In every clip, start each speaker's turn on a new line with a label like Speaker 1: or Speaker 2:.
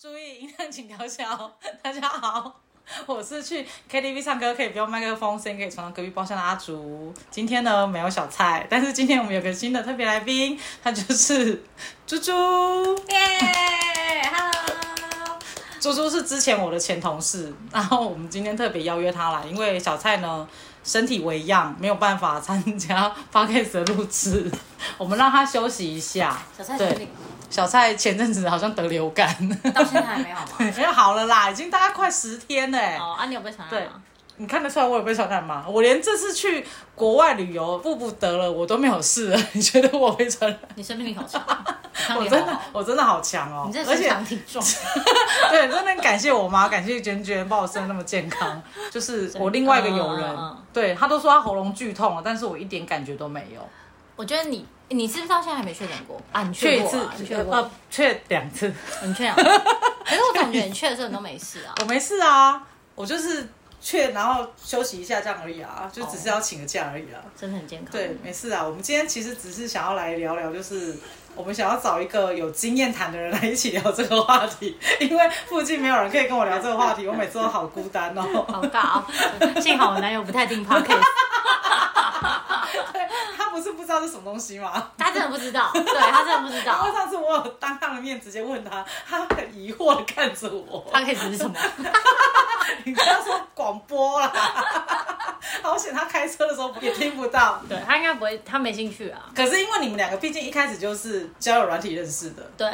Speaker 1: 注意音量，请调小。大家好，我是去 KTV 唱歌可以不用麦克风，声音可以传到隔壁包厢的阿竹。今天呢没有小菜，但是今天我们有个新的特别来宾，他就是猪猪。
Speaker 2: 耶，Hello，
Speaker 1: 猪猪是之前我的前同事，然后我们今天特别邀约他来，因为小蔡呢身体为恙，没有办法参加 podcast 的录制，我们让他休息一下。
Speaker 2: 小蔡
Speaker 1: 对
Speaker 2: 经理，
Speaker 1: 小蔡前阵子好像得流感，
Speaker 2: 到现在还没好吗？
Speaker 1: 没有好了啦，已经大概快十天了、欸。
Speaker 2: 哦，啊，你有被传染吗？
Speaker 1: 你看得出来我有被传染吗？我连这次去国外旅游，步步得了，我都没有事了。 你觉得我被传染？
Speaker 2: 你生命力好强，抗
Speaker 1: 我
Speaker 2: 力
Speaker 1: 真
Speaker 2: 好
Speaker 1: 的
Speaker 2: 好，，
Speaker 1: 我真的好强哦、
Speaker 2: 你这
Speaker 1: 而
Speaker 2: 身
Speaker 1: 且
Speaker 2: 强体壮，
Speaker 1: 对，真的感谢我妈，感谢娟娟把我生得那么健 康。就是我另外一个友人，
Speaker 2: 嗯嗯嗯
Speaker 1: 对她都说她喉咙剧痛了，但是我一点感觉都没有。
Speaker 2: 我觉得你，你是不是到现在还没确诊过啊？你
Speaker 1: 去
Speaker 2: 确
Speaker 1: 一
Speaker 2: 过
Speaker 1: 次
Speaker 2: 啊，你确过
Speaker 1: 呃，，去两次，
Speaker 2: 你确啊？可是我总觉得你确的时候你都没事 啊。
Speaker 1: 我没事啊，我就是去然后休息一下这样而已啊，就只是要请个假而已啊。
Speaker 2: 真的很健康，
Speaker 1: 对，，没事啊。我们今天其实只是想要来聊聊，就是我们想要找一个有经验谈的人来一起聊这个话题， 因为附近没有人可以跟我聊这个话题，我每次都好孤单哦。
Speaker 2: 好尬哦。幸好我男友不太听 podcast，
Speaker 1: 他不是不知道是什么东西吗？
Speaker 2: 他真的不知道，对他真的不知
Speaker 1: 然 后
Speaker 2: 道
Speaker 1: 上次我有当他的面直接问他，他很疑惑的看着我，
Speaker 2: podcast 是什么。
Speaker 1: 你跟他说广播啦， 好险他开车的时候也听不到。
Speaker 2: 对他应该不会，他没兴趣啊。
Speaker 1: 可是因为你们两个毕竟一开始就是交友软体认识的，
Speaker 2: 对，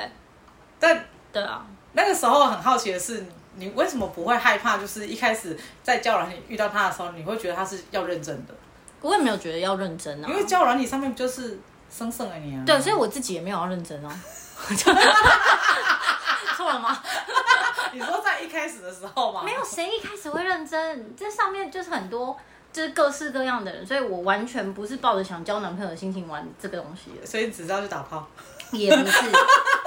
Speaker 1: 但
Speaker 2: 对啊，
Speaker 1: 那个时候很好奇的是，你为什么不会害怕？就是一开始在交友软体遇到他的时候，你会觉得他是要认真的，
Speaker 2: 我也没有觉得要认真啊
Speaker 1: 因。为交友软体上面就是生生的你啊。
Speaker 2: 对，所以我自己也没有要认真哦。 错了吗？
Speaker 1: 你说在一开始的时候嘛，
Speaker 2: 没有谁一开始会认真，这上面就是很多就是各式各样的人，所以我完全不是抱着想交男朋友的心情玩这个东西的，
Speaker 1: 所以你只知道去打炮。
Speaker 2: 也不 是。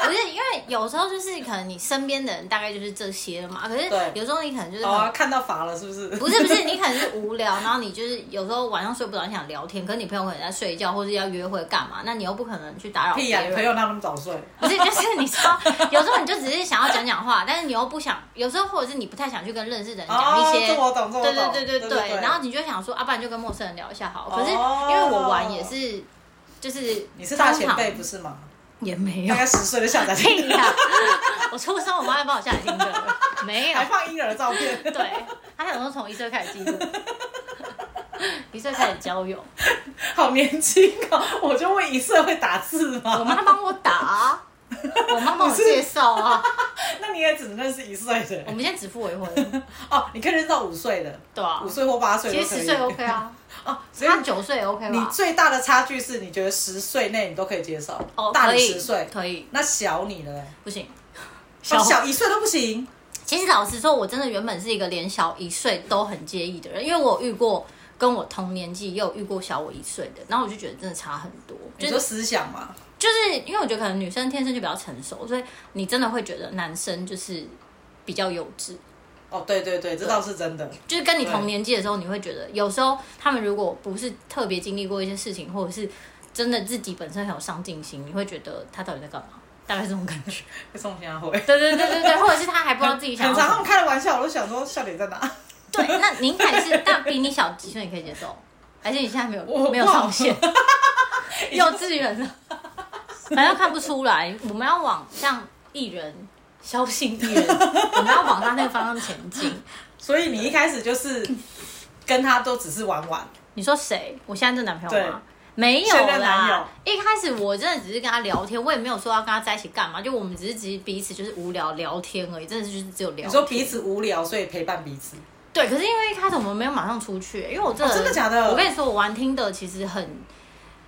Speaker 2: 不是因为有时候就是可能你身边的人大概就是这些了嘛，可是
Speaker 1: 对
Speaker 2: 有时候你可能就是
Speaker 1: 哦、
Speaker 2: 很
Speaker 1: 啊，看到乏了是不是？
Speaker 2: 不是不是，你可能是无聊，然后你就是有时候晚上睡不着，你想聊天，可是你朋友可能在睡觉或者要约会干嘛，那你又不可能去打扰
Speaker 1: 屁
Speaker 2: 别
Speaker 1: 呀、
Speaker 2: 人。
Speaker 1: 朋友哪有那么早睡？
Speaker 2: 不是，就是你知道，有时候你就只是想要讲讲话，但是你又不想，有时候或者是你不太想去跟认识的人讲一
Speaker 1: 哦，
Speaker 2: 些，
Speaker 1: 这我懂，这我
Speaker 2: 对
Speaker 1: 懂。
Speaker 2: 对对
Speaker 1: 对
Speaker 2: 对对，然后你就想说，啊，不然就跟陌生人聊一下好了。可是
Speaker 1: 哦
Speaker 2: 因为我玩也是，就是
Speaker 1: 你是大前辈
Speaker 2: 通
Speaker 1: 不是吗？
Speaker 2: 常也没有
Speaker 1: 大，概十岁就下载
Speaker 2: 屁呀、我出生我妈还帮我下载听的，没有
Speaker 1: 还，放婴儿的照片。
Speaker 2: 对，她想说从一岁开始记录， 一岁开始交友，
Speaker 1: 好年轻哦！我就问一岁会打字
Speaker 2: 我
Speaker 1: 吗？
Speaker 2: 妈帮我 打啊，我妈帮我
Speaker 1: 不是
Speaker 2: 介绍啊，
Speaker 1: 那你也只能认识一岁
Speaker 2: 我
Speaker 1: 的
Speaker 2: 们现在指腹为婚，
Speaker 1: 哦，你可以认识到五岁的，
Speaker 2: 对啊
Speaker 1: 五，岁或八岁都可
Speaker 2: 其
Speaker 1: 以，
Speaker 2: 实十岁 OK 啊。
Speaker 1: 哦，所以
Speaker 2: 他九岁也 OK
Speaker 1: 你
Speaker 2: 吧？
Speaker 1: 最大的差距是你觉得十岁内你都可以接受，
Speaker 2: 哦，
Speaker 1: 大
Speaker 2: 可
Speaker 1: 你
Speaker 2: 以，
Speaker 1: 十岁，
Speaker 2: 可以，
Speaker 1: 那小你呢？
Speaker 2: 不行。
Speaker 1: 小、小一岁都不行，
Speaker 2: 其实老实说，我真的原本是一个连小一岁都很介意的人，因为我有遇过跟我同年纪，也有遇过小我一岁的，然后我就觉得真的差很多。就
Speaker 1: 你
Speaker 2: 是
Speaker 1: 说思想嘛，
Speaker 2: 就是因为我觉得可能女生天生就比较成熟，所以你真的会觉得男生就是比较幼稚。
Speaker 1: 哦，对对对，这倒是真的，
Speaker 2: 就是跟你
Speaker 1: 对
Speaker 2: 同年纪的时候，你会觉得有时候他们如果不是特别经历过一些事情，或者是真的自己本身很有上进心，你会觉得他到底在干嘛？大概是这种感觉。
Speaker 1: 会送家会。
Speaker 2: 对对对对对，或者是他还不知道自己想
Speaker 1: 很
Speaker 2: 要
Speaker 1: 常
Speaker 2: 什
Speaker 1: 他
Speaker 2: 么。
Speaker 1: 们开的玩笑，我都想说笑点在 哪？
Speaker 2: 对，那您还是但比你小几岁，你可以接受，还是你现在没
Speaker 1: 我
Speaker 2: 有没有 上限？幼稚园了，反正看不出来。我们要往像艺人、消信 艺人，我们要往他那个方向前进。
Speaker 1: 所以你一开始就是跟他都只是玩玩，
Speaker 2: 你说谁？我现在这男朋友吗
Speaker 1: 对？
Speaker 2: 没有
Speaker 1: 现任男
Speaker 2: 啦
Speaker 1: 友，
Speaker 2: 一开始我真的只是跟他聊天，我也没有说要跟他在一起干嘛，就我们只是只是彼此就是无聊聊天而已，真的是就是只有聊天。
Speaker 1: 你说彼此无聊，所以陪伴彼此。
Speaker 2: 对，可是因为一开始我们没有马上出去，因为我这、
Speaker 1: 哦真的假的
Speaker 2: 我跟你说，我玩听的其实很，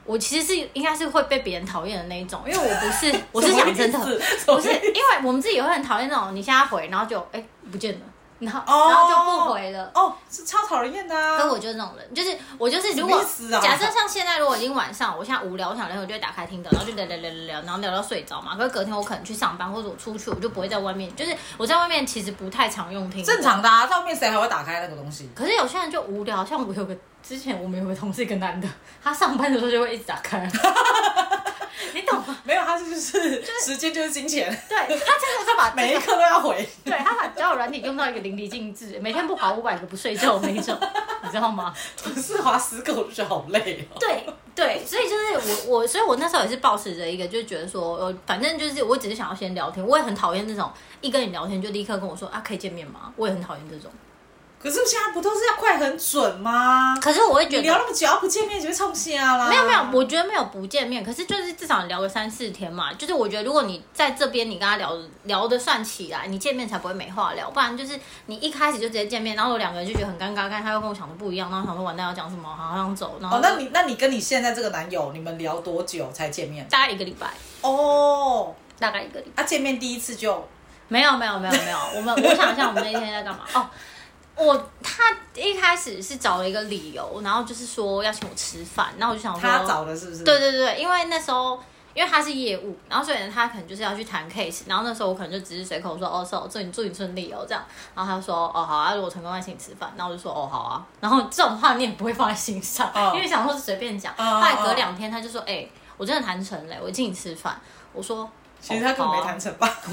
Speaker 2: 我其实是应该是会被别人讨厌的那一种，因为我不 是，我是讲真
Speaker 1: 什
Speaker 2: 的，
Speaker 1: 么意思
Speaker 2: 不是，因为我们自己也会很讨厌那种，你现在回，然后就哎、不见了，然后、
Speaker 1: 哦
Speaker 2: 然后就不回了。
Speaker 1: 哦，是超讨人厌的啊
Speaker 2: 可！我就是那种人，就是我就是如
Speaker 1: 什
Speaker 2: 果、
Speaker 1: 么意思啊
Speaker 2: 假设像现在，如果已经晚上，我现在无聊，我想聊，我就会打开听的，然后就聊聊聊聊聊，然后聊到睡着嘛。可是隔天我可能去上班或者我出去，我就不会在外面，就是我在外面其实不太常用听的，
Speaker 1: 正常的啊，照片谁还会打开那个东西？
Speaker 2: 可是有些人就无聊，像我有个之 前我们有个同事一个男的，他上班的时候就会一直打开，你懂吗？
Speaker 1: 没有，他是就是时间就是金钱，
Speaker 2: 对他真的是把这
Speaker 1: 每一
Speaker 2: 个
Speaker 1: 刻都要回。
Speaker 2: 对他把交友软体用到一个淋漓尽致，每天不跑五百个不睡觉那种， 你知道吗？
Speaker 1: 不是滑死狗就觉得好累哦。
Speaker 2: 对对，所以就是我我，所以我那时候也是抱持着一个，就觉得说，呃，反正就是我只是想要先聊天，我也很讨厌那种一跟你聊天就立刻跟我说啊可以见面吗？我也很讨厌这种。
Speaker 1: 可是现在不都是要快很准吗？
Speaker 2: 可是我会觉
Speaker 1: 你
Speaker 2: 得
Speaker 1: 聊那么久要不见面，就会冲瞎啦。
Speaker 2: 没有没有，我觉得没有不见面，可是就是至少聊个三四天嘛。就是我觉得如果你在这边你跟他聊聊得算起来，你见面才不会没话聊，不然就是你一开始就直接见面，然后两个人就觉得很尴尬，看他又跟我想的不一样，然后想说完蛋要讲什么，好想走，然后
Speaker 1: 哦，那你那你跟你现在这个男友，你们聊多久才见面？
Speaker 2: 大概一个礼拜，
Speaker 1: 哦，
Speaker 2: 大概一个礼拜，
Speaker 1: 啊，见面第一次就
Speaker 2: 没有没有没有没有，我们我想一下我们那天在干嘛哦。 我他一开始是找了一个理由，然后就是说要请我吃饭，然后我就想说
Speaker 1: 他找的是不是？
Speaker 2: 对对对，因为那时候因为他是业务，然后所以呢他可能就是要去谈 case，然后那时候我可能就只是随口说哦，是哦，祝你祝你顺利哦这样，然后他就说哦好啊，如果成功再请你吃饭，然后我就说哦好啊，然后这种话你也不会放在心上，
Speaker 1: 哦
Speaker 2: 因为想说是随便讲，
Speaker 1: 哦
Speaker 2: 后来隔两天他就说哎、我真的谈成了，我请你吃饭，我说。
Speaker 1: 其实他根本没谈
Speaker 2: 成，
Speaker 1: 成吧？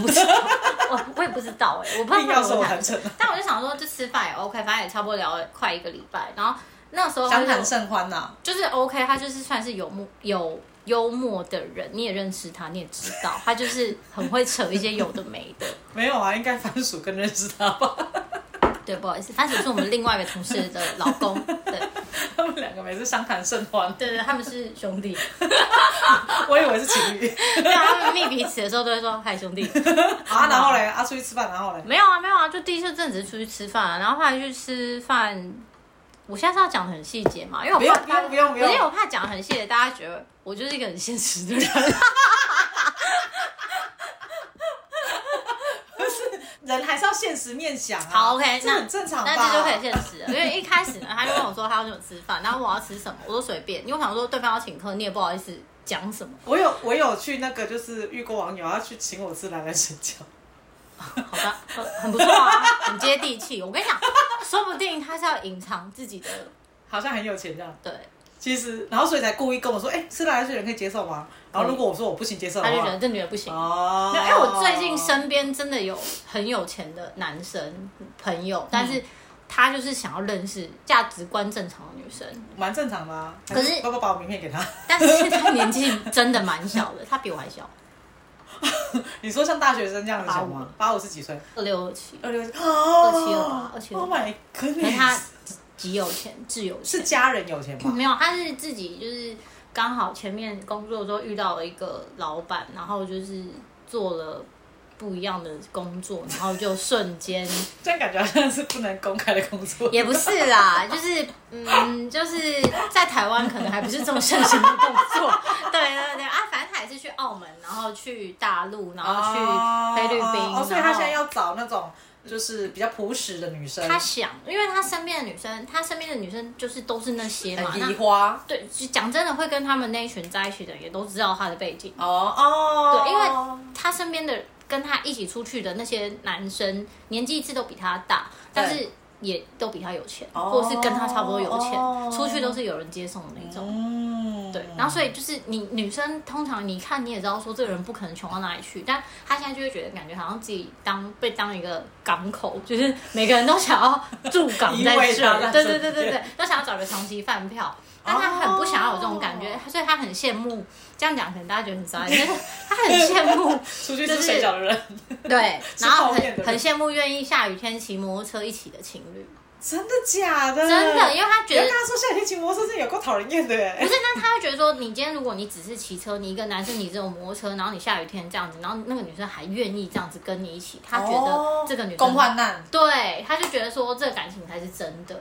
Speaker 2: 我我也不知道哎、我不知道
Speaker 1: 硬要
Speaker 2: 他有
Speaker 1: 说
Speaker 2: 没
Speaker 1: 我
Speaker 2: 有谈
Speaker 1: 谈成了，
Speaker 2: 但我就想说，就吃饭也 OK，反正也差不多聊了快一个礼拜。然后那时候他
Speaker 1: 相
Speaker 2: 就
Speaker 1: 谈甚欢呐。
Speaker 2: 就是 OK，他就是算是有默有幽默的人，你也认识他，你也知道他就是很会扯一些有的没的。
Speaker 1: 没有啊，应该番薯更认识他吧？
Speaker 2: 对，不好意思，番薯是我们另外一个同事的老公，对
Speaker 1: 他们两个每次相谈甚欢，
Speaker 2: 对对，他们是兄弟。
Speaker 1: 我以为是情侣
Speaker 2: 对啊，他们密彼此的时候都会说“嗨，兄弟
Speaker 1: 啊。然后嘞，啊，出去吃饭，然后”。嘞，
Speaker 2: 没有啊，没有啊，就第一次正只是出去吃饭、啊，然后后来去吃饭。我现在是要讲得很细节嘛，因为我
Speaker 1: 不用
Speaker 2: 怕大家
Speaker 1: 不用不用不用
Speaker 2: 因为我怕讲得很细节，大家觉得我就是一个很现实的人。
Speaker 1: 人还是要现实面想啊。
Speaker 2: 好，OK，
Speaker 1: 这
Speaker 2: 那
Speaker 1: 很正常吧？
Speaker 2: 那这就很现实了，因为一开始呢，他就问我说他要请我吃饭，然后我要吃什么，我说随便，因为我想说对方要请客，你也不好意思讲什么，
Speaker 1: 我有我有去那个，就是遇过网友要去请我吃兰兰水饺，
Speaker 2: 好吧，很很不错啊，很接地气。我跟你讲，说不定他是要隐藏自己的，
Speaker 1: 好像很有钱这样。
Speaker 2: 对，
Speaker 1: 其实，然后所以才故意跟我说，哎、吃兰兰水人可以接受吗？然后如果我说我不行接受
Speaker 2: 他
Speaker 1: 的
Speaker 2: 就觉得
Speaker 1: 话，
Speaker 2: 这女的不行。
Speaker 1: 哦
Speaker 2: 没有因为哎我最近身边真的有很有钱的男生朋友，但
Speaker 1: 嗯
Speaker 2: 是他就是想要认识价值观正常的女生，
Speaker 1: 蛮正常的、啊，
Speaker 2: 可是
Speaker 1: 还爸爸把我名片给他。
Speaker 2: 但是他年纪真的蛮小的，他比我还小，
Speaker 1: 你说像大学生这样的小吗？八五是几岁？
Speaker 2: 二六二七。
Speaker 1: 二六二七
Speaker 2: 二八二七二八
Speaker 1: Oh my
Speaker 2: 可
Speaker 1: goodness！
Speaker 2: 是他极有钱，自有钱
Speaker 1: 是家人有钱吧？
Speaker 2: 没有，他是自己就是刚好前面工作的时候遇到了一个老板，然后就是做了不一样的工作，然后就瞬间
Speaker 1: 这样感觉好像是不能公开的工作。
Speaker 2: 也不是啦，就是嗯，就是在台湾可能还不是这么盛行的工作，对对对啊，反正他也是去澳门，然后去大陆，然后去菲律宾，
Speaker 1: 哦
Speaker 2: 啊
Speaker 1: 哦，所以他现
Speaker 2: 然后
Speaker 1: 在要找那种就是比较朴实的女生，
Speaker 2: 他想，因为他身边的女生，他身边的女生就是都是那些嘛，
Speaker 1: 很
Speaker 2: 那
Speaker 1: 移花。
Speaker 2: 对，就讲真的，会跟他们那一群在一起的人也都知道他的背景。
Speaker 1: 哦哦，
Speaker 2: 对，因为他身边的跟他一起出去的那些男生，年纪是都比他大，但是也都比他有钱，
Speaker 1: 哦
Speaker 2: 或者是跟他差不多有钱，
Speaker 1: 哦
Speaker 2: 出去都是有人接送的那种。
Speaker 1: 嗯，
Speaker 2: 对，然后所以就是你女生通常你看你也知道说这个人不可能穷到哪里去，但她现在就会觉得感觉好像自己当被当一个港口，就是每个人都想要驻港
Speaker 1: 依
Speaker 2: 在
Speaker 1: 偎
Speaker 2: 这
Speaker 1: 她
Speaker 2: 儿，
Speaker 1: 在
Speaker 2: 对
Speaker 1: 这
Speaker 2: 对对对
Speaker 1: 边
Speaker 2: 对，都想要找个长期饭票，但她很不想要有这种感觉，所以她很羡慕。这样讲可能大家觉得很傻，但是她很羡慕，
Speaker 1: 出去吃水饺的人，
Speaker 2: 对，然后
Speaker 1: 泡面的
Speaker 2: 很
Speaker 1: 人
Speaker 2: 很羡慕愿意下雨天骑摩托车一起的情侣，
Speaker 1: 真的假的？
Speaker 2: 真的，因为她
Speaker 1: 你
Speaker 2: 觉
Speaker 1: 要
Speaker 2: 得
Speaker 1: 跟他说夏天骑摩托车是有够讨人厌的
Speaker 2: 不
Speaker 1: 耶，
Speaker 2: 是，那他会觉得说，你今天如果你只是骑车，你一个男生，你只有摩托车，然后你下雨天这样子，然后那个女生还愿意这样子跟你一起，他觉
Speaker 1: 哦
Speaker 2: 得这个女生，
Speaker 1: 共患难。
Speaker 2: 对，他就觉得说这个感情才是真的。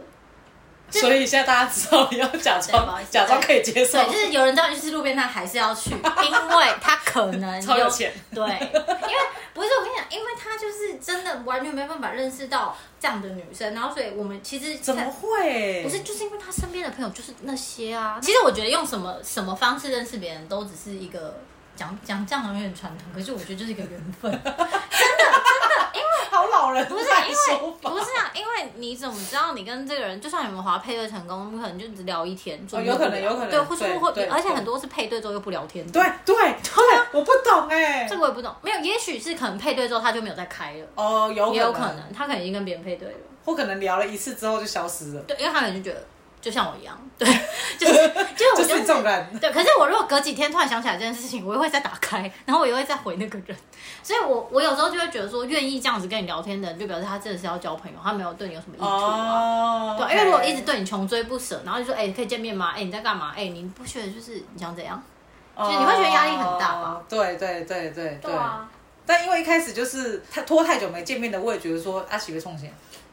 Speaker 1: 所以现在大家知道你要假
Speaker 2: 对不好
Speaker 1: 装
Speaker 2: 意思
Speaker 1: 假装可以接受
Speaker 2: 对，，就是有人叫你去吃路边摊，还是要去，因为他可 能
Speaker 1: 超有钱。
Speaker 2: 对，因为不是我跟你讲，因为他就是真的完全没办法认识到这样的女生，然后所以我们其实
Speaker 1: 怎么会？
Speaker 2: 不是，就是因为他身边的朋友就是那些啊。其实我觉得用什么什么方式认识别人，都只是一个讲讲这样好像有点传统，可是我觉得就是一个缘 分。
Speaker 1: 好老人
Speaker 2: 不是
Speaker 1: 在
Speaker 2: 因为
Speaker 1: 说法
Speaker 2: 不是啊，因为你怎么知道你跟这个人，就算你们滑配对成功，可能就只聊一天，
Speaker 1: 哦有可能有可能
Speaker 2: 对，或是
Speaker 1: 对
Speaker 2: 或
Speaker 1: 对
Speaker 2: 而且
Speaker 1: 对
Speaker 2: 很多是配对之后又不聊天的。啊
Speaker 1: 对对对，我不懂哎、
Speaker 2: 这我也不懂，没有，也许是可能配对之后他就没有再开了，
Speaker 1: 哦，有
Speaker 2: 也有可能他可能已经跟别人配对了。
Speaker 1: 或可能聊了一次之后就消失了，
Speaker 2: 对，因为他可能就觉得就像我一样，对， 就是就是我
Speaker 1: 就
Speaker 2: 就是是
Speaker 1: 这种人。
Speaker 2: 对，可是我如果隔几天突然想起来这件事情，我又会再打开，然后我又会再回那个人，所以我我有时候就会觉得说，愿意这样子跟你聊天的人，就表示他真的是要交朋友，他没有对你有什么意图
Speaker 1: 哦，
Speaker 2: 啊。对，因为如果一直
Speaker 1: OK，
Speaker 2: 对你穷追不舍，然后就说，哎、可以见面吗？哎、你在干嘛？哎、你不觉得就是你想怎样？就是你会觉得压力很大吧
Speaker 1: 哦？对对对对对。
Speaker 2: 啊，
Speaker 1: 但因为一开始就是他拖太久没见面的，我也觉得说阿喜被冲钱。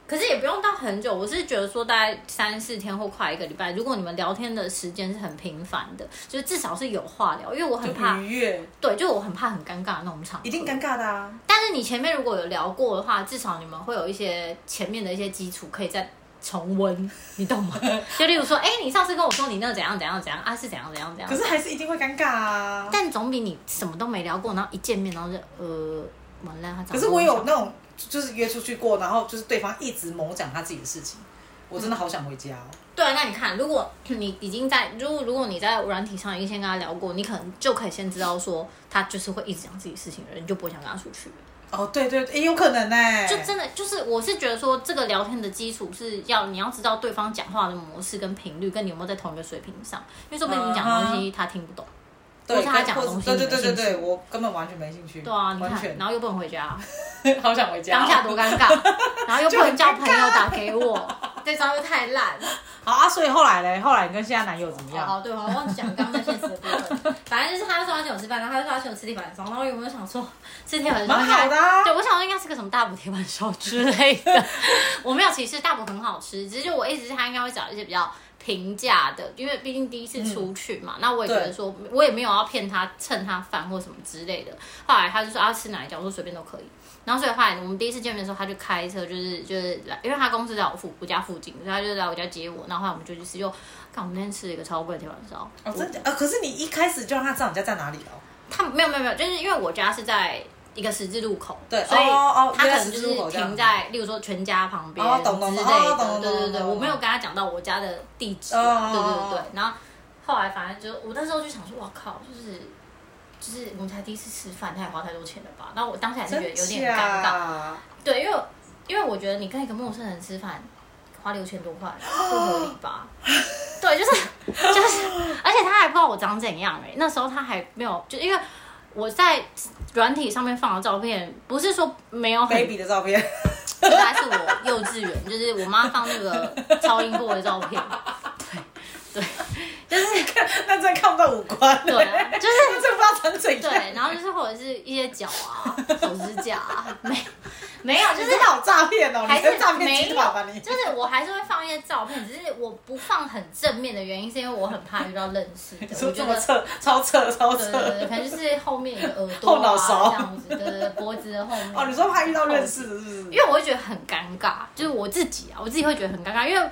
Speaker 2: 可是也不用到很久，我是觉得说大概三四天或快一个礼拜，如果你们聊天的时间是很频繁的，就是至少是有话聊，因为我很怕
Speaker 1: 就，愉悦，
Speaker 2: 对，就我很怕很尴尬的那种场合，
Speaker 1: 一定尴尬的啊。
Speaker 2: 但是你前面如果有聊过的话，至少你们会有一些前面的一些基础可以再重温，你懂 吗？就例如说，哎、你上次跟我说你那个怎样怎样怎样啊，是怎样怎样怎样
Speaker 1: 可，是还是一定会尴尬啊。
Speaker 2: 但总比你什么都没聊过，然后一见面然后就呃完了，他长得
Speaker 1: 可是我有
Speaker 2: 不
Speaker 1: 那种就是约出去过，然后就是对方一直猛讲他自己的事情，我真的好想回家哦。
Speaker 2: 对啊，那你看，如果你已经在，如果如果你在软体上已经先跟他聊过，你可能就可以先知道说他就是会一直讲自己事情的人，你就不会想跟他出去。
Speaker 1: 哦，对对，也有可能欸呢、
Speaker 2: 嗯就真的就是，我是觉得说，这个聊天的基础是要你要知道对方讲话的模式跟频率，跟你有没有在同一个水平上，因为说不定你讲的
Speaker 1: 嗯
Speaker 2: 东西他听不懂，
Speaker 1: 对
Speaker 2: 或是他讲的东西
Speaker 1: 对对对对
Speaker 2: 你没
Speaker 1: 对，
Speaker 2: 兴趣
Speaker 1: 我根本完全没兴趣。
Speaker 2: 对啊，你
Speaker 1: 完
Speaker 2: 看，
Speaker 1: 全
Speaker 2: 然后又不能回家，
Speaker 1: 好想回家哦。
Speaker 2: 当下多尴尬， 然后又不能叫
Speaker 1: 就很尴
Speaker 2: 朋友打给我，这招又太烂。
Speaker 1: 好啊，所以后来嘞，后来你跟现在男友怎么样？
Speaker 2: 哦，对，我忘记讲刚刚在现实的部分， 反正就是他说他请我吃饭，然后他就说他请我吃铁板烧，然后有没有想说吃铁板烧
Speaker 1: 蛮好的啊
Speaker 2: 应该对，我想说应该是个什么大补铁板烧之类的， 我没有歧视大补很好吃，只是就我一直是他应该会找一些比较。平价的，因为毕竟第
Speaker 1: 嗯
Speaker 2: 一次出去嘛，那我也觉得说，我也没有要骗他蹭他饭或什么之类的。后来他就说要吃哪一家，我说随便都可以。然后所以后来我们第一次见面的时候，他就开车，就是就是来，因为他公司在我附我家附近，所以他就来我家接我。然后后来我们就去吃，就看我们那天吃了一个超贵的铁板烧。
Speaker 1: 哦，真的啊！可是你一开始就让他知道你家在哪里哦。
Speaker 2: 他没有没有没有，就是因为我家是在一个十字路口，
Speaker 1: 对
Speaker 2: 所以
Speaker 1: 哦哦
Speaker 2: 他可
Speaker 1: 原来
Speaker 2: 能就
Speaker 1: 十字路口
Speaker 2: 是
Speaker 1: 这样
Speaker 2: 停在，例如说全家旁边
Speaker 1: 哦
Speaker 2: 之
Speaker 1: 懂懂懂
Speaker 2: 类
Speaker 1: 哦懂懂
Speaker 2: 的，对
Speaker 1: 懂
Speaker 2: 对对，
Speaker 1: 懂
Speaker 2: 我没有跟他讲到我家的地址
Speaker 1: 哦
Speaker 2: 啊，对
Speaker 1: 哦
Speaker 2: 对
Speaker 1: 哦
Speaker 2: 对，然后后来反正就我那时候就想说，哇靠，就是。就是我们才第一次吃饭，他也花太多钱了吧？然后我当时还是觉得有点尴尬，
Speaker 1: 尬。
Speaker 2: 对，因为因为我觉得你跟一个陌生人吃饭，花六千多块不合理吧？ 对，就是就是，而且他还不知道我长怎样哎、那时候他还没有，就因为我在软体上面放的照片，不是说没有很
Speaker 1: baby 的照片，
Speaker 2: 大概是我幼稚园，就是我妈放那个超音波的照片，对对， 就是
Speaker 1: 那真的看不到五官。欸
Speaker 2: 对啊就是
Speaker 1: 那真的不知道长怎样。
Speaker 2: 对，然后就是或者是一些脚啊、手指甲啊，没没有，就
Speaker 1: 你
Speaker 2: 是
Speaker 1: 真的好诈骗哦！
Speaker 2: 还
Speaker 1: 你
Speaker 2: 是
Speaker 1: 这诈骗
Speaker 2: 没
Speaker 1: 集
Speaker 2: 有
Speaker 1: 团吧你？
Speaker 2: 就是我还是会放一些照片，只是我不放很正面的原因，是因为我很怕遇到认识的
Speaker 1: 你。说
Speaker 2: 我
Speaker 1: 这
Speaker 2: 觉
Speaker 1: 么
Speaker 2: 得，
Speaker 1: 扯，超扯，超
Speaker 2: 对对对，
Speaker 1: 扯。
Speaker 2: 可能就是后面有耳
Speaker 1: 后
Speaker 2: 朵
Speaker 1: 脑
Speaker 2: 啊
Speaker 1: 勺
Speaker 2: 这样子，对对对，脖子的后面。
Speaker 1: 哦，你说怕遇到认识的，是不
Speaker 2: 因
Speaker 1: 是？
Speaker 2: 为我会觉得很尴尬，就是我自己啊，我自己会觉得很尴尬，因为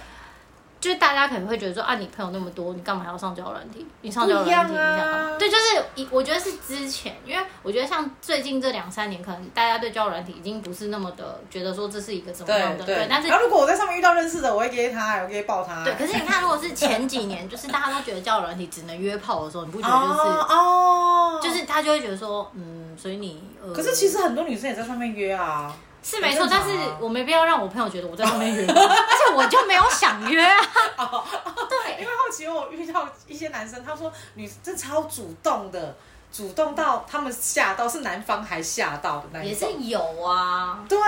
Speaker 2: 就是大家可能会觉得说啊，你朋友那么多，你干嘛还要上交友软体？你上交友软
Speaker 1: 不一
Speaker 2: 体你
Speaker 1: 样啊
Speaker 2: 想干嘛？对，就是一我觉得是之前，因为我觉得像最近这两三年，可能大家对交友软体已经不是那么的觉得说这是一个怎么样的对，但是
Speaker 1: 然后如果我在上面遇到认识的，我会给他，我会给爆他。
Speaker 2: 对，可是你看，如果是前几年，就是大家都觉得交友软体只能约炮的时候，你不觉得就是、
Speaker 1: 哦哦，
Speaker 2: 就是他就会觉得说，嗯，所以你呃，
Speaker 1: 可是其实很多女生也在上面约啊。
Speaker 2: 是没错
Speaker 1: 很，正常
Speaker 2: 但
Speaker 1: 啊
Speaker 2: 是我没必要让我朋友觉得我在上面约炮，而且我就没有想 约啊，
Speaker 1: 因
Speaker 2: 对。
Speaker 1: 为好奇我遇到一些男生，他说女真超主动的，主动到他们吓到，是男方还吓到的那一
Speaker 2: 也是
Speaker 1: 种。
Speaker 2: 有啊，
Speaker 1: 对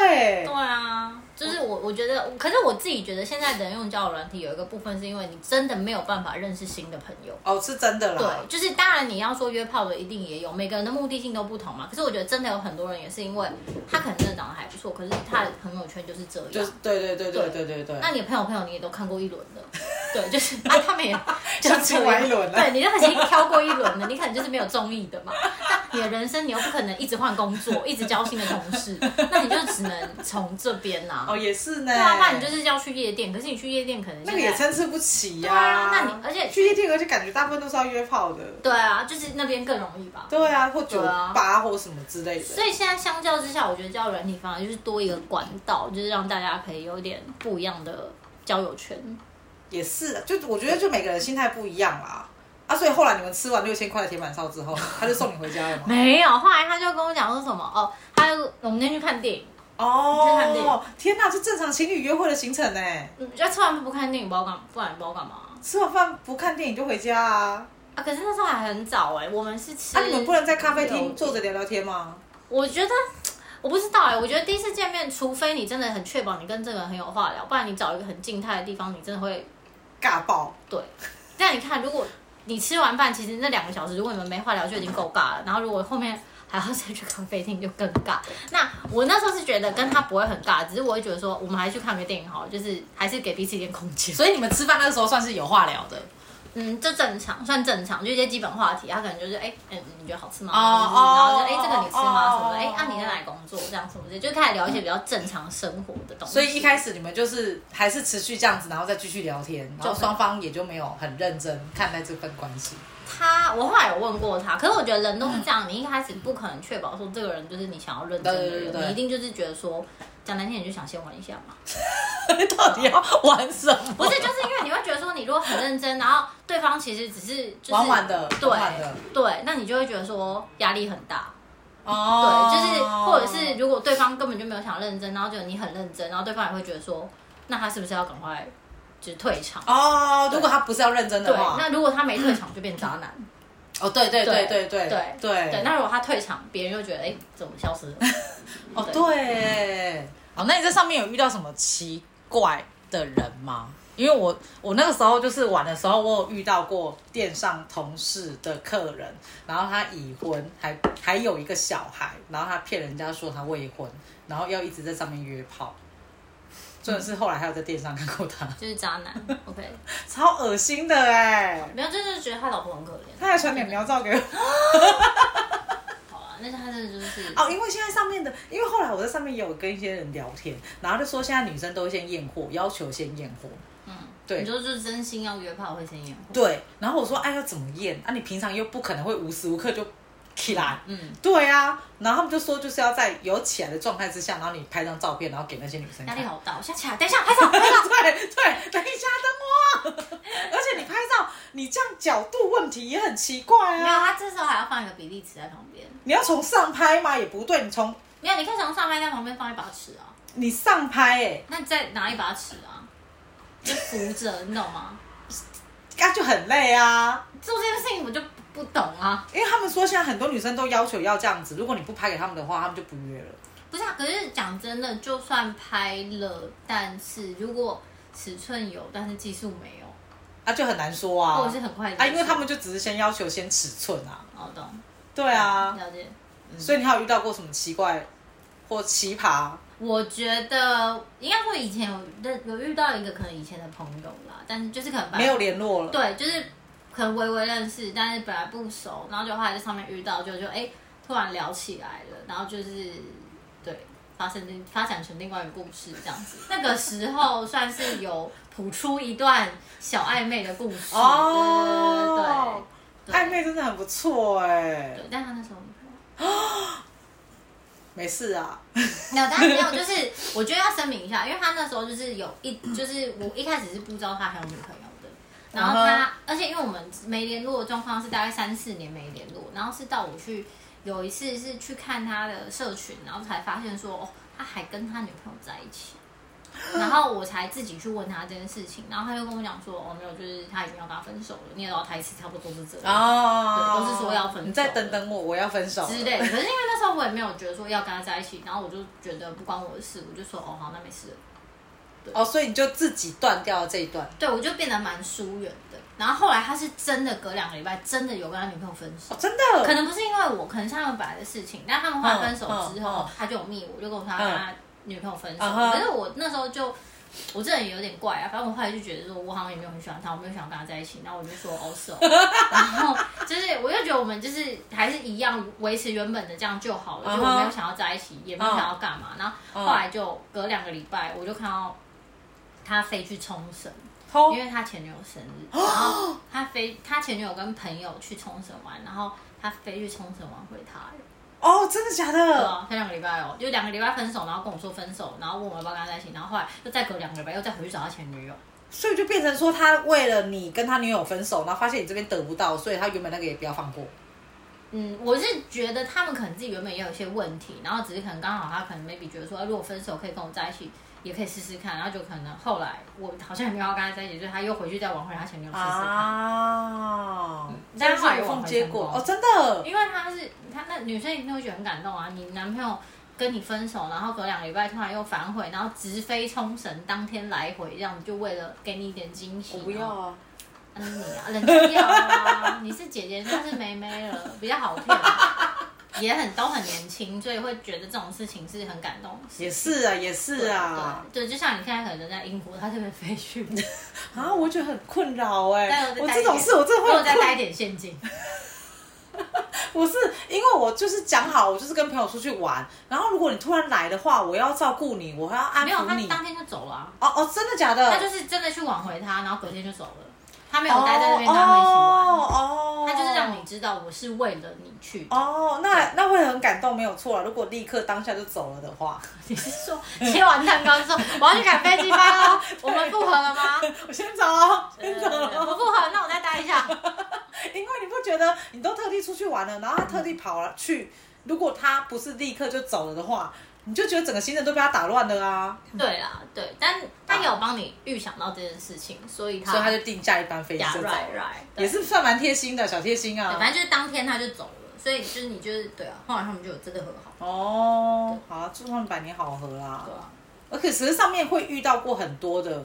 Speaker 2: 对，啊，就是我我觉得，可是我自己觉得现在人用交友软体有一个部分是因为你真的没有办法认识新的朋友，
Speaker 1: 哦，是真的啦
Speaker 2: 对，。就是当然你要说约炮的一定也有，每个人的目的性都不同嘛。可是我觉得真的有很多人也是因为他可能真的长得还不错，可是他的朋友圈就是这样。
Speaker 1: 就是对对对对对对对。
Speaker 2: 那你的朋友朋友你也都看过一轮 了，对，就是啊，他们也
Speaker 1: 相亲玩一轮了
Speaker 2: 对，你都已经挑过一轮了，你可能就是没有中意的嘛。那你的人生你又不可能一直换工作，一直交新的同 事，那你就只能从这边啦、
Speaker 1: 哦，也是呢。
Speaker 2: 对啊，不然你就是要去夜店，可是你去夜店可能
Speaker 1: 那
Speaker 2: 现
Speaker 1: 个
Speaker 2: 在
Speaker 1: 也参差不齐呀、
Speaker 2: 对啊那你而且
Speaker 1: 去夜店，而且感觉大部分都是要约炮的。
Speaker 2: 对啊，就是那边更容易吧。
Speaker 1: 对啊，或酒
Speaker 2: 对啊
Speaker 1: 吧或什么之类的。
Speaker 2: 所以现在相较之下，我觉得交友软体反而就是多一个管道，就是让大家可以有点不一样的交友圈。
Speaker 1: 也是，就我觉得就每个人心态不一样啦。啊，所以后来你们吃完六千块的铁板烧之后，他就送你回家了吗？
Speaker 2: 没有，后来他就跟我讲说什么哦，他我们那天去看电影，去看电影
Speaker 1: 哦，天哪，是正常情侣约会的行程呢。
Speaker 2: 嗯要吃完饭不看电影，不知道干，不然不知道干嘛
Speaker 1: 吃完饭不看电影就回家啊？
Speaker 2: 啊？可是那时候还很早哎、我们是吃，
Speaker 1: 啊，你们不能在咖啡厅坐着
Speaker 2: 着。
Speaker 1: 聊聊天吗？
Speaker 2: 我觉得我不知道哎、我觉得第一次见面，除非你真的很确保你跟这个人很有话聊，不然你找一个很静态的地方，你真的会
Speaker 1: 尬爆，
Speaker 2: 对。但你看，如果你吃完饭，其实那两个小时，如果你们没话聊，就已经够尬了。然后如果后面还要再去咖啡厅，就更尬。那我那时候是觉得跟他不会很尬，只是我会觉得说，我们还是去看个电影好了，就是还是给彼此一点空间。
Speaker 3: 所以你们吃饭那时候算是有话聊的。
Speaker 2: 嗯，这正常，算正常，就一些基本话题。他可能就是，哎、嗯，你觉得好吃吗？
Speaker 3: 哦
Speaker 2: 然后
Speaker 3: 哦
Speaker 2: 就，哎、这个你吃吗？
Speaker 1: 哦
Speaker 2: 什么的，哎、
Speaker 1: 哦
Speaker 2: 啊，你在哪里工作？这样什么的，就开始聊一些比较正常生活的东西。
Speaker 1: 所以一开始你们就是还是持续这样子，然后再继续聊天，然后双方也就没有很认真看待这份关系。
Speaker 2: 他，我后来有问过
Speaker 1: 嗯
Speaker 2: 他，可是我觉得人都是这样，你一开始不可能确保说这个人就是你想要认真的人，
Speaker 1: 对对对对
Speaker 2: 你一定就是觉得说，讲难听点就想先玩一下嘛。
Speaker 3: 到底要玩什么？
Speaker 1: 哦
Speaker 2: 不是，就是因为你会觉得说，你如果很认真，然后对方其实只是、就是、
Speaker 1: 玩玩的
Speaker 2: 对
Speaker 1: 玩玩的
Speaker 2: 对，那你就会觉得说压力很大。
Speaker 1: 哦
Speaker 2: 对，就是或者是如果对方根本就没有想认真，然后就你很认真，然后对方也会觉得说，那他是不是要赶快就是退场？
Speaker 1: 哦，如果他不是要认真
Speaker 2: 对
Speaker 1: 的，话，
Speaker 2: 那如果他没退场就变渣男。
Speaker 1: 哦，对对对对
Speaker 2: 对
Speaker 1: 对
Speaker 2: 对对，那如果他退场，别人又觉得哎、诶怎么消失了？
Speaker 1: 哦对，哦
Speaker 3: 好，那你在上面有遇到什么奇怪的人吗？因为我我那个时候就是玩的时候，我有遇
Speaker 1: 遇到过电商同事的客人，然后他已婚，还还有一个小孩，然后他骗人家说他未婚，然后要一直在上面约炮。真的是后来还有在电商看过他，
Speaker 2: 就是渣 男。OK，
Speaker 1: 超恶心的哎、
Speaker 2: 没有，就是觉得他老婆很可怜。
Speaker 1: 他还传点苗照给我。
Speaker 2: 好啊，那他真的就是
Speaker 1: 哦，因为现在上面的，因为后来我在上面也有跟一些人聊天，然后就说现在女生都会先验货，要求先验货。
Speaker 2: 嗯，
Speaker 1: 对
Speaker 2: 你说就是真心要约炮会先验货。
Speaker 1: 对，然后我说，哎，要怎么验？啊，你平常又不可能会无时无刻就起来。
Speaker 2: 嗯，
Speaker 1: 对啊，然后他们就说，就是要在有起来的状态之下，然后你拍张照片，然后给那些女生
Speaker 2: 压
Speaker 1: 看。
Speaker 2: 力好大，我现在起来，等一下，拍照，拍照。
Speaker 1: 对对，等一下，等我。而且你拍照，你这样角度问题也很奇怪
Speaker 2: 没有，
Speaker 1: 啊。
Speaker 2: 他这时候还要放一个比例尺在旁边。
Speaker 1: 你要从上拍吗？也不对，你从
Speaker 2: 没有，你可以从上拍在旁边放一把尺啊，
Speaker 1: 你上拍、欸，
Speaker 2: 那你再拿一把尺啊，就扶着，你懂吗？
Speaker 1: 那、就很累啊。
Speaker 2: 做这件事情我就不懂啊。
Speaker 1: 因为他们说现在很多女生都要求要这样子，如果你不拍给他们的话，他们就不约了。
Speaker 2: 不是啊，可是讲真的，就算拍了，但是如果尺寸有，但是技术没有，
Speaker 1: 啊，就很难说啊。
Speaker 2: 哦或者是很快
Speaker 1: 啊，因为他们就只是先要求先尺寸啊。
Speaker 2: 哦懂，
Speaker 1: 对啊，
Speaker 2: 了解。
Speaker 1: 所以你还有遇到过什么奇怪或奇葩？
Speaker 2: 我觉得应该说以前有认有遇到一个可能以前的朋友啦，但是就是可能本来
Speaker 1: 没有联络了。
Speaker 2: 嗯对，就是可能微微认识，但是本来不熟，然后就后来在上面遇到，就就哎、突然聊起来了，然后就是对发生另发展成另外一个故事这样子。那个时候算是有谱出一段小暧昧的故事
Speaker 1: 哦，
Speaker 2: 对对对
Speaker 1: 暧昧真的很不错哎、
Speaker 2: 对对，但他那时候。
Speaker 1: 没事啊，
Speaker 2: 没有，但是没有，就是我觉得要声明一下，因为他那时候就是有一，就是我一开始是不知道他还有女朋友的，然后
Speaker 1: 嗯
Speaker 2: 他，而且因为我们没联络的状况是大概三四年没联络，然后是到我去有一次是去看他的社群，然后才发现说哦，他还跟他女朋友在一起。然后我才自己去问他这件事情，然后他就跟我讲说，哦，没有，就是他已经要跟他分手了。你也知道，台词差不多是这样、
Speaker 1: 哦，
Speaker 2: 对都是说要分手
Speaker 1: 你再等等我，我要分手了
Speaker 2: 之类的。可是因为那时候我也没有觉得说要跟他在一起，然后我就觉得不关我的事，我就说，哦，好，那没事了。
Speaker 1: 哦，所以你就自己断掉了这一段。
Speaker 2: 对，我就变得蛮疏远的。然后后来他是真的隔两个礼拜，真的有跟他女朋友分手
Speaker 1: 哦，。真
Speaker 2: 可
Speaker 1: 的，
Speaker 2: 能不是因为我，可能是他们本来的事情。但他们后来分手之
Speaker 1: 嗯
Speaker 2: 后，
Speaker 1: 嗯嗯
Speaker 2: 他就有密我，就跟我说他跟他女朋友分手。
Speaker 1: 嗯哼
Speaker 2: 可是我那时候就，我这人也有点怪啊。反正我后来就觉得说，我好像也没有很喜欢他，我没有想跟他在一起。然后我就说哦是哦，然后就是我又觉得我们就是还是一样维持原本的这样就好了，就我没
Speaker 1: 嗯
Speaker 2: 有
Speaker 1: 哼嗯
Speaker 2: 想要在一起，也没有想要干嘛。然后后来就隔两个礼拜，我就看到他飞去冲绳。
Speaker 1: 偷
Speaker 2: 因为他前女友生 日，然后他飞，他前女友跟朋友去冲绳玩，然后他飞去冲绳玩回他了，
Speaker 1: 哦，真的假
Speaker 2: 对
Speaker 1: 的？
Speaker 2: 啊，才两个礼拜哦，就两个礼拜分手，然后跟我说分手，然后问我要不要跟他在一起，然后后来又再隔两个礼拜又再回去找他前女友，
Speaker 1: 所以就变成说，他为了你跟他女友分手，然后发现你这边得不到，所以他原本那个也不要放过。
Speaker 2: 嗯，我是觉得他们可能自己原本也有一些问题，然后只是可能刚好他可能 maybe 觉得说，啊如果分手可以跟我在一起，也可以试试看，然后就可能后来我好像也没有要跟他在一起，所以他又回去再挽回他前女友试试看。嗯
Speaker 1: 啊，
Speaker 2: 但
Speaker 1: 这
Speaker 2: 是
Speaker 1: 样
Speaker 2: 后来
Speaker 1: 是
Speaker 2: 有
Speaker 1: 无
Speaker 2: 挽
Speaker 1: 缝
Speaker 2: 回
Speaker 1: 接
Speaker 2: 成
Speaker 1: 果
Speaker 2: 功
Speaker 1: 哦，真的，
Speaker 2: 因为他是他那女生一定会觉得很感动啊！你男朋友跟你分手，然后隔两个礼拜突然又反悔，然后直飞冲绳，当天来回这样，就为了给你一点惊喜、
Speaker 1: 我不要，啊，
Speaker 2: 嗯，你啊，冷静要啊！你是姐姐，她是妹妹了，比较好骗，也很都很年轻，所以会觉得这种事情是很感动的事。
Speaker 1: 也是啊，也是啊，
Speaker 2: 对，对，就像你现在可能在英国，他这边 飞去，
Speaker 1: 啊，我觉得很困扰哎、
Speaker 2: 但我再
Speaker 1: 我
Speaker 2: 带
Speaker 1: 这
Speaker 2: 一
Speaker 1: 种
Speaker 2: 点
Speaker 1: 事我真的会
Speaker 2: 我
Speaker 1: 很
Speaker 2: 再
Speaker 1: 困
Speaker 2: 带一点现金，
Speaker 1: 我是因为我就是讲好，我就是跟朋友出去玩，然后如果你突然来的话，我要照顾你，我还要安
Speaker 2: 没有，
Speaker 1: 抚
Speaker 2: 他
Speaker 1: 你。
Speaker 2: 当天就走了啊、
Speaker 1: 哦哦，真的假的？
Speaker 2: 他就是真的去挽回他，然后隔天就走了，他没有待在那边跟他们一起玩，
Speaker 1: 哦哦，
Speaker 2: 他就是让你知道我是为了你去 的。
Speaker 1: 哦，那那会很感动，没有错啊。如果立刻当下就走了的话，
Speaker 2: 你是说切完蛋糕之后我要去赶飞机班哦，我们复合 了吗？
Speaker 1: 我先走哦，先走
Speaker 2: 呃
Speaker 1: 哦。
Speaker 2: 不复合，那我再待一下。
Speaker 1: 因为你不觉得你都特地出去玩了，然后他特地跑了去，如果他不是立刻就走了的话，你就觉得整个行程都被他打乱了啊。
Speaker 2: 对啦，对，但他有帮你预想到这件事情，所以他
Speaker 1: 所以他就订下一班飞机
Speaker 2: 呀
Speaker 1: 就走了，
Speaker 2: right right，对
Speaker 1: 也是算蛮贴心的小贴心啊
Speaker 2: 对。反正就是当天他就走了，所以就是你就是对啊，后来他们就有真的和好，
Speaker 1: 哦，好啊，祝他们百年好合啦
Speaker 2: 对。啊，
Speaker 1: 而且实际上面会遇到过很多的，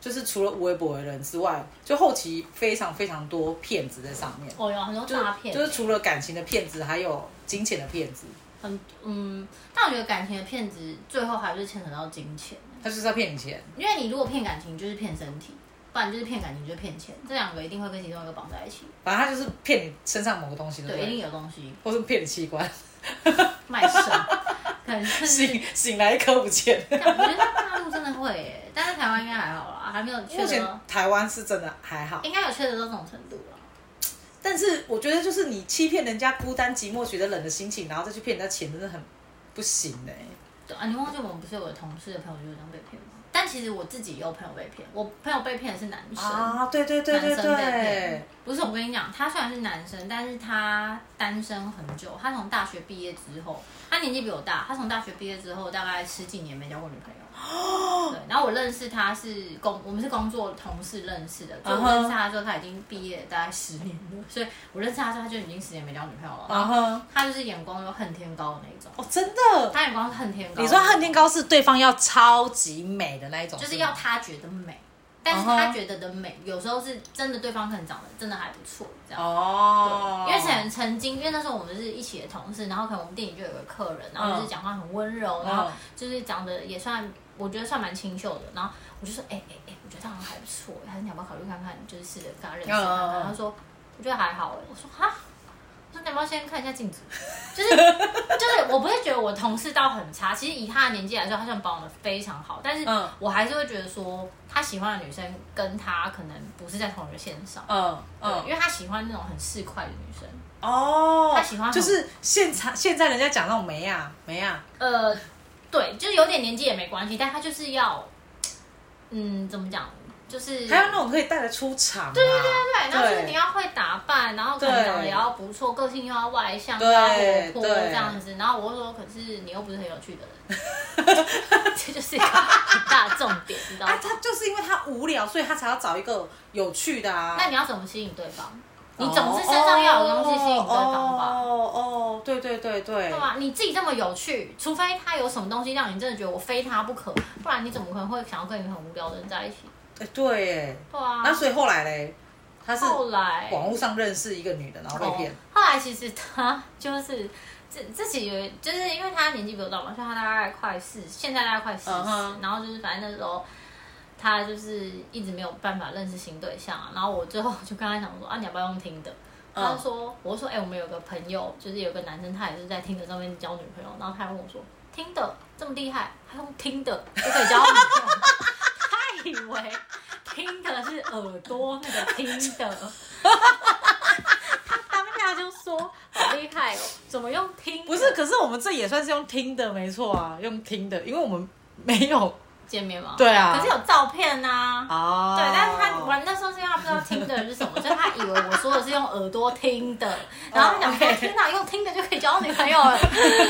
Speaker 1: 就是除了无微博的人之外，就后期非常非常多骗子在上面，
Speaker 2: 哦有很多
Speaker 1: 就是
Speaker 2: 诈骗，
Speaker 1: 就是除了感情的骗子，还有金钱的骗子，
Speaker 2: 很嗯，但我觉得感情的骗子最后还是牵扯到金钱，
Speaker 1: 他就是要骗你钱。
Speaker 2: 因为你如果骗感情就是骗身体，不然就是骗感情就是骗钱，这两个一定会跟其中一个绑在一起，
Speaker 1: 反正他就是骗你身上某个东西，对不
Speaker 2: 对，一定
Speaker 1: 对？
Speaker 2: 有东西
Speaker 1: 或是骗你器 官，
Speaker 2: 卖身，可能就是。
Speaker 1: 醒醒来一颗不见。
Speaker 2: 但我觉得大陆真的会耶，但是台湾应该还好啦，还没有缺
Speaker 1: 目前
Speaker 2: 德，
Speaker 1: 台湾是真的还好，
Speaker 2: 应该有缺德到这种程度啊了。
Speaker 1: 但是我觉得就是你欺骗人家孤单寂寞觉得冷的心情，然后再去骗人家钱，真的很不行哎、
Speaker 2: 对啊，你忘记我们不是有个同事的朋友就是这样被骗吗？但其实我自己也有朋友被骗，我朋友被骗的是男生，
Speaker 1: 啊，对对对对
Speaker 2: 男生被
Speaker 1: 对
Speaker 2: 骗。。不是我跟你讲，他虽然是男生，但是他单身很久。他从大学毕业之后，他年纪比我大，他从大学毕业之后大概十几年没交过女朋友。 对，然后我认识他是工，我们是工作同事认识的。就
Speaker 1: 嗯
Speaker 2: 我
Speaker 1: 哼
Speaker 2: 认识他的时候，他已经毕业大概十年了，所以我认识他的时候，他就已经十年没交女朋友了。然
Speaker 1: 然
Speaker 2: 后
Speaker 1: 后
Speaker 2: 他就是眼光有恨天高的那一种，
Speaker 1: 啊哦，真的，
Speaker 2: 他眼光是恨天高。
Speaker 1: 你说恨天高是对方要超级美的那一种，
Speaker 2: 就是是
Speaker 1: 吗
Speaker 2: 要他觉得美，但是
Speaker 1: 嗯哼
Speaker 2: 他觉得的美，有时候是真的对方可能长得真的还不错，
Speaker 1: 嗯
Speaker 2: 这样。
Speaker 1: 哦，
Speaker 2: 因为曾曾经，因为那时候我们是一起的同事，然后可能我们店里就有个客人，然后就是讲话很温柔，
Speaker 1: 嗯
Speaker 2: 然后就是长得也算，我觉得算蛮清秀的。然后我就说，哎哎哎，我觉得他好像还不错，还是你要不要考虑看看，就是试着跟他认识看
Speaker 1: 嗯
Speaker 2: 看。
Speaker 1: 嗯嗯
Speaker 2: 然后他说，我觉得还好哎。我说哈，我说你要不要先看一下镜子？就是 就是，我不是觉得我同事到很差，其实以他的年纪来说，他算保养的非常好，但是
Speaker 1: 嗯
Speaker 2: 我还是会觉得说，他喜欢的女生跟他可能不是在同一个线上。
Speaker 1: 嗯
Speaker 2: 对，因
Speaker 1: 嗯
Speaker 2: 为他喜欢那种很市侩的女生，
Speaker 1: 哦，
Speaker 2: 他喜欢
Speaker 1: 就是现场现在人家讲那种美啊美啊，
Speaker 2: 呃，对，就是有点年纪也没关系，但他就是要，嗯，怎么讲，就是
Speaker 1: 还有那种可以带得出场、啊，
Speaker 2: 对对对对，然后就是
Speaker 1: 对
Speaker 2: 你要会打扮，然后可能
Speaker 1: 对
Speaker 2: 长得也要不错，个性又要外向，
Speaker 1: 对
Speaker 2: 又要活泼
Speaker 1: 对
Speaker 2: 这样子。然后我就说，可是你又不是很有趣的人， 这就是一个很大的重点，你知道吗
Speaker 1: 啊，？他就是因为他无聊，所以他才要找一个有趣的啊。
Speaker 2: 那你要怎么吸引对方？你总是身上要有东西吸引对方吧？
Speaker 1: 哦哦哦，对对对对
Speaker 2: 对，啊吧？你自己这么有趣，除非他有什么东西让你真的觉得我非他不可，不然你怎么可能会想要跟一个很无聊的人在一起？
Speaker 1: 哎对耶。
Speaker 2: 对啊。
Speaker 1: 那所以后来嘞，他是
Speaker 2: 后来
Speaker 1: 网络上认识一个女的，然后被骗
Speaker 2: 哦。后来其实他就是自自己有，就是因为他年纪比我大嘛，所以他大概快四，现在大概快四十、
Speaker 1: 嗯哼
Speaker 2: 然后就是反正那时候。他就是一直没有办法认识新对象、啊，然后我最后就跟他讲说啊，你要不要用听的？
Speaker 1: 嗯
Speaker 2: 他就说，我就说哎、我们有个朋友，就是有个男生，他也是在听的上面交女朋友，然后他还问我说，听的这么厉害，还用听的就可以交女朋友？他以为听的是耳朵那个听的。 他当下就 说：“好厉害哦，怎么用听的？”
Speaker 1: 不是，可是我们这也算是用听的，没错啊，用听的，因为我们没有
Speaker 2: 见面吗？
Speaker 4: 对啊
Speaker 2: 可是有照片呐、 啊。
Speaker 4: 哦，
Speaker 2: 对，但是他玩那时候是因为他不知道听的是 什么，所以他以为我说的是用耳朵听
Speaker 1: 哦
Speaker 2: 的，然后他想说、
Speaker 4: OK
Speaker 2: 天哪，用听的就可以交女朋 友了。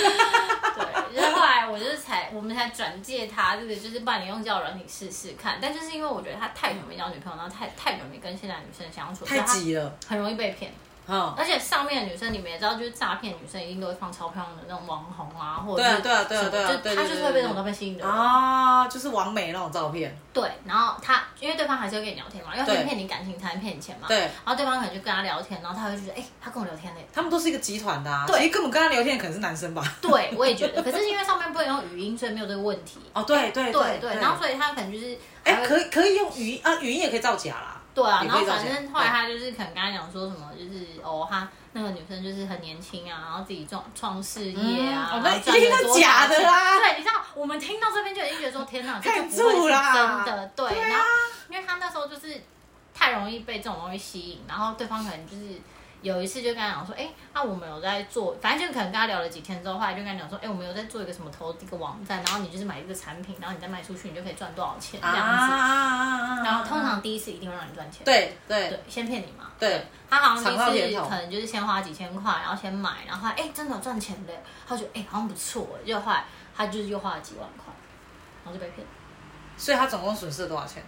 Speaker 2: 对，就是后来我就是才我们才转介他这个，就是不然你用交友软体试试看。但就是因为我觉得他太久没交女朋友，然后太太久没跟现在女生相处，所以
Speaker 1: 太
Speaker 2: 他
Speaker 1: 急了，
Speaker 2: 很容易被骗。
Speaker 1: 嗯，
Speaker 2: 而且上面的女生你们也知道，就是诈骗女生一定都会放超漂亮的那种网红啊，或者
Speaker 1: 对啊
Speaker 2: 是
Speaker 1: 对啊对啊
Speaker 2: 什么
Speaker 1: 对啊
Speaker 2: 就
Speaker 1: 对对
Speaker 2: 他就是会被这种照片吸引的人。
Speaker 1: 啊，就是完美那种照片，
Speaker 2: 对，然后他因为对方还是会跟你聊天嘛，要
Speaker 1: 对
Speaker 2: 先骗你感情，才能骗你钱嘛。
Speaker 1: 对
Speaker 2: 然后对方可能就跟他聊天，然后他会觉得，哎、他跟我聊天嘞。
Speaker 1: 他们都是一个集团的、啊，
Speaker 2: 对
Speaker 1: 其实根本跟他聊天的可能是男生吧？
Speaker 2: 对，我也觉得，可是因为上面不能用语音，所以没有这个问题。
Speaker 1: 哦，对对
Speaker 2: 对
Speaker 1: 对
Speaker 2: 然后所以他可能就是
Speaker 1: 哎、
Speaker 2: 还会
Speaker 1: 可以可以用语音啊，语音也可以造假啦，
Speaker 2: 对啊，
Speaker 1: 也
Speaker 2: 然
Speaker 1: 可
Speaker 2: 后
Speaker 1: 以造
Speaker 2: 反
Speaker 1: 假
Speaker 2: 正后来他就是可能跟他讲说什么，就是哦，他那个女生就是很年轻啊，然后自己创创事业啊，
Speaker 1: 嗯哦
Speaker 2: 然
Speaker 1: 那
Speaker 2: 后
Speaker 1: 一
Speaker 2: 赚
Speaker 1: 定
Speaker 2: 了
Speaker 1: 是
Speaker 2: 多少
Speaker 1: 假的
Speaker 2: 钱
Speaker 1: 啦
Speaker 2: 对，你知道我们听到这边就已经觉得说，天哪，这就
Speaker 1: 看
Speaker 2: 不会
Speaker 1: 住
Speaker 2: 是
Speaker 1: 啦
Speaker 2: 真的，对。
Speaker 1: 对啊
Speaker 2: 然后因为他那时候就是太容易被这种东西吸引，然后对方可能就是。有一次就跟他讲说，哎、那、我们有在做，反正就可能跟他聊了几天之后，后来就跟他讲说，哎、我们有在做一个什么投一个网站，然后你就是买一个产品，然后你再卖出去，你就可以赚多少钱这样子。
Speaker 1: 啊
Speaker 2: 然后通常第一次一定会让你赚钱，
Speaker 1: 对对
Speaker 2: 对，先骗你嘛。
Speaker 1: 对，
Speaker 2: 他好
Speaker 1: 尝到
Speaker 2: 像第
Speaker 1: 甜
Speaker 2: 一次
Speaker 1: 头
Speaker 2: 可能就是先花几千块，然后先买，然后哎、诶真的有赚钱的，他就觉得哎、诶好像不错哎，就后来他就是又花了几万块，然后就被骗。
Speaker 1: 所以他总共损失了多少钱？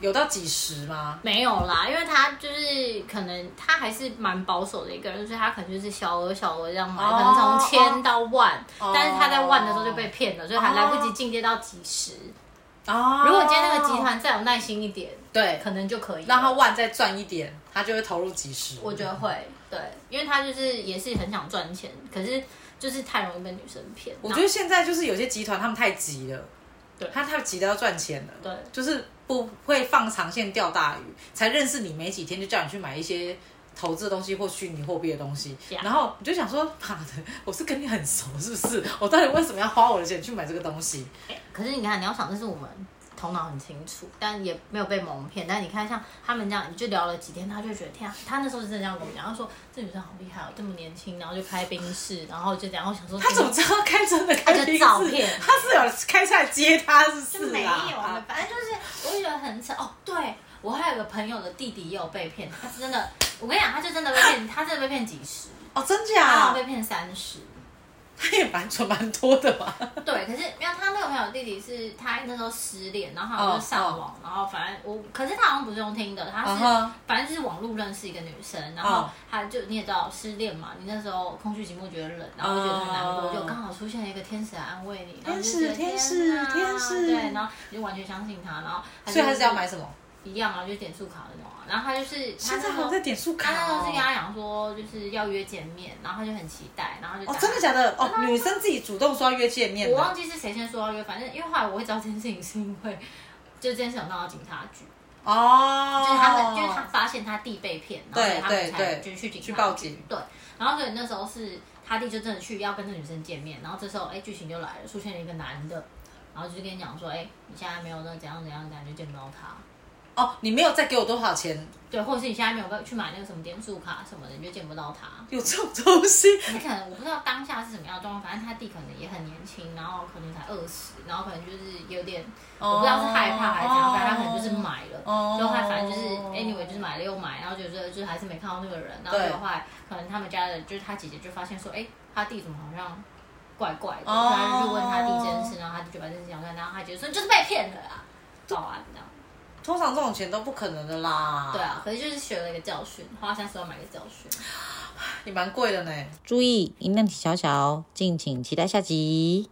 Speaker 1: 有到几十吗？
Speaker 2: 没有啦，因为他就是可能他还是蛮保守的一个人，所以他可能就是小额小额这样买，
Speaker 1: 哦
Speaker 2: 可能从千到万，
Speaker 1: 哦
Speaker 2: 但是他在万的时候就被骗了，所以还来不及进阶到几十。
Speaker 1: 哦
Speaker 2: 如果今天那个集团再有耐心一点，
Speaker 1: 对，
Speaker 2: 可能就可以了
Speaker 1: 让他万再赚一点，他就会投入几十。
Speaker 2: 我觉得会，对，因为他就是也是很想赚钱，可是就是太容易被女生骗。
Speaker 1: 我觉得现在就是有些集团他们太急了，
Speaker 2: 对
Speaker 1: 他太急着要赚钱了，
Speaker 2: 对
Speaker 1: 就是不会放长线钓大鱼，才认识你没几天就叫你去买一些。投资的东西或虚拟货币的东西
Speaker 2: Yeah
Speaker 1: 然后你就想说，妈的，我是跟你很熟是不是？我到底为什么要花我的钱去买这个东西？
Speaker 2: 可是你看，你要想，这是我们头脑很清楚，但也没有被蒙骗。但你看，像他们这样，你就聊了几天，他就觉得天啊，他那时候是真的这样跟我讲，他说这女生好厉害哦，这么年轻，然后就开宾士，然后就这样，我想说
Speaker 1: 他怎么知道开真的
Speaker 2: 他
Speaker 1: 开
Speaker 2: 就
Speaker 1: 宾士？
Speaker 2: 照片
Speaker 1: 他是有开下来接他是不是、
Speaker 2: 就
Speaker 1: 啊？
Speaker 2: 没有
Speaker 1: 啊
Speaker 2: 啊，反正就是我就觉得很扯哦。对我还有个朋友的弟弟也有被骗，他是真的，我跟你讲，他就真的被骗，他真的被骗几十，
Speaker 1: 哦，真
Speaker 2: 他好像
Speaker 1: 假？
Speaker 2: 被骗三十。
Speaker 1: 他也蛮存蛮多的 嘛。
Speaker 2: 对，可是没有他那个朋友弟弟是他那时候失恋，然后
Speaker 1: 哦
Speaker 2: 好像就上网，然后反正我，可是他好像不是用听的，他是、
Speaker 1: 嗯哼
Speaker 2: 反正就是网络认识一个女生，然
Speaker 1: 嗯
Speaker 2: 后他就你也知道失恋嘛，你那时候空虚寂寞觉得冷，然后就觉得很难过，
Speaker 1: 哦
Speaker 2: 就刚好出现了一个天使来安慰你，然
Speaker 1: 天
Speaker 2: 后你
Speaker 1: 使
Speaker 2: 就觉得
Speaker 1: 天
Speaker 2: 哪
Speaker 1: 使天使
Speaker 2: 对，然后你就完全相信他，然后
Speaker 1: 所以他
Speaker 2: 就是
Speaker 1: 要买什么？
Speaker 2: 一样啊，就点数卡那种啊，然后他就是他
Speaker 1: 现在
Speaker 2: 那
Speaker 1: 好像
Speaker 2: 时
Speaker 1: 在
Speaker 2: 候
Speaker 1: 点数卡、
Speaker 2: 他啊那时候是跟
Speaker 1: 哦。
Speaker 2: 他讲说就是要约见面，然后他就很期待，然后就
Speaker 1: 哦
Speaker 2: 打，
Speaker 1: 真的假的？哦，女生自己主动说要约见面
Speaker 2: 我
Speaker 1: 的
Speaker 2: 啊忘，记是谁先说要约，反正因为后来我会知道这件事情，是因为就这件事有闹到警察局，
Speaker 1: 哦，
Speaker 2: 就是他们，就是他发现他弟被骗，然后
Speaker 1: 对
Speaker 2: 他们
Speaker 1: 对
Speaker 2: 才
Speaker 1: 对
Speaker 2: 就去警察
Speaker 1: 去报警
Speaker 2: 局对，然后所以那时候是他弟就真的去要跟这女生见面，然后这时候哎剧情就来了，出现了一个男的，然后就跟你讲说，哎你现在没有那怎样怎样，感觉见不到他。
Speaker 1: 哦，你没有再给我多少钱，
Speaker 2: 对，或者是你现在没有去买那个什么点数卡什么的，你就见不到他。
Speaker 1: 有这种东西？
Speaker 2: 你可能我不知道当下是什么样的状况，反正他弟可能也很年轻，然后可能才二十，然后可能就是有点，我不知道是害怕还是怎样，反正他可能就是买了，
Speaker 1: 哦
Speaker 2: 就后来反正就是 anyway 就是买了又买，然后觉得就是还是没看到那个人，然后
Speaker 1: 对
Speaker 2: 就后来可能他们家的就是他姐姐就发现说，哎，他弟怎么好像怪怪的，
Speaker 1: 哦
Speaker 2: 然后就去问他弟这件事，然后他弟就把这件事讲出来，然后他姐就说你就是被骗了啦，报案这
Speaker 1: 哦
Speaker 2: 样。
Speaker 1: 通常这种钱都不可能的啦。
Speaker 2: 对，啊，可是就是学了一个教训，花三十万买个教训。
Speaker 1: 也蛮贵的呢。
Speaker 5: 哦注意音量小小，敬请期待下集。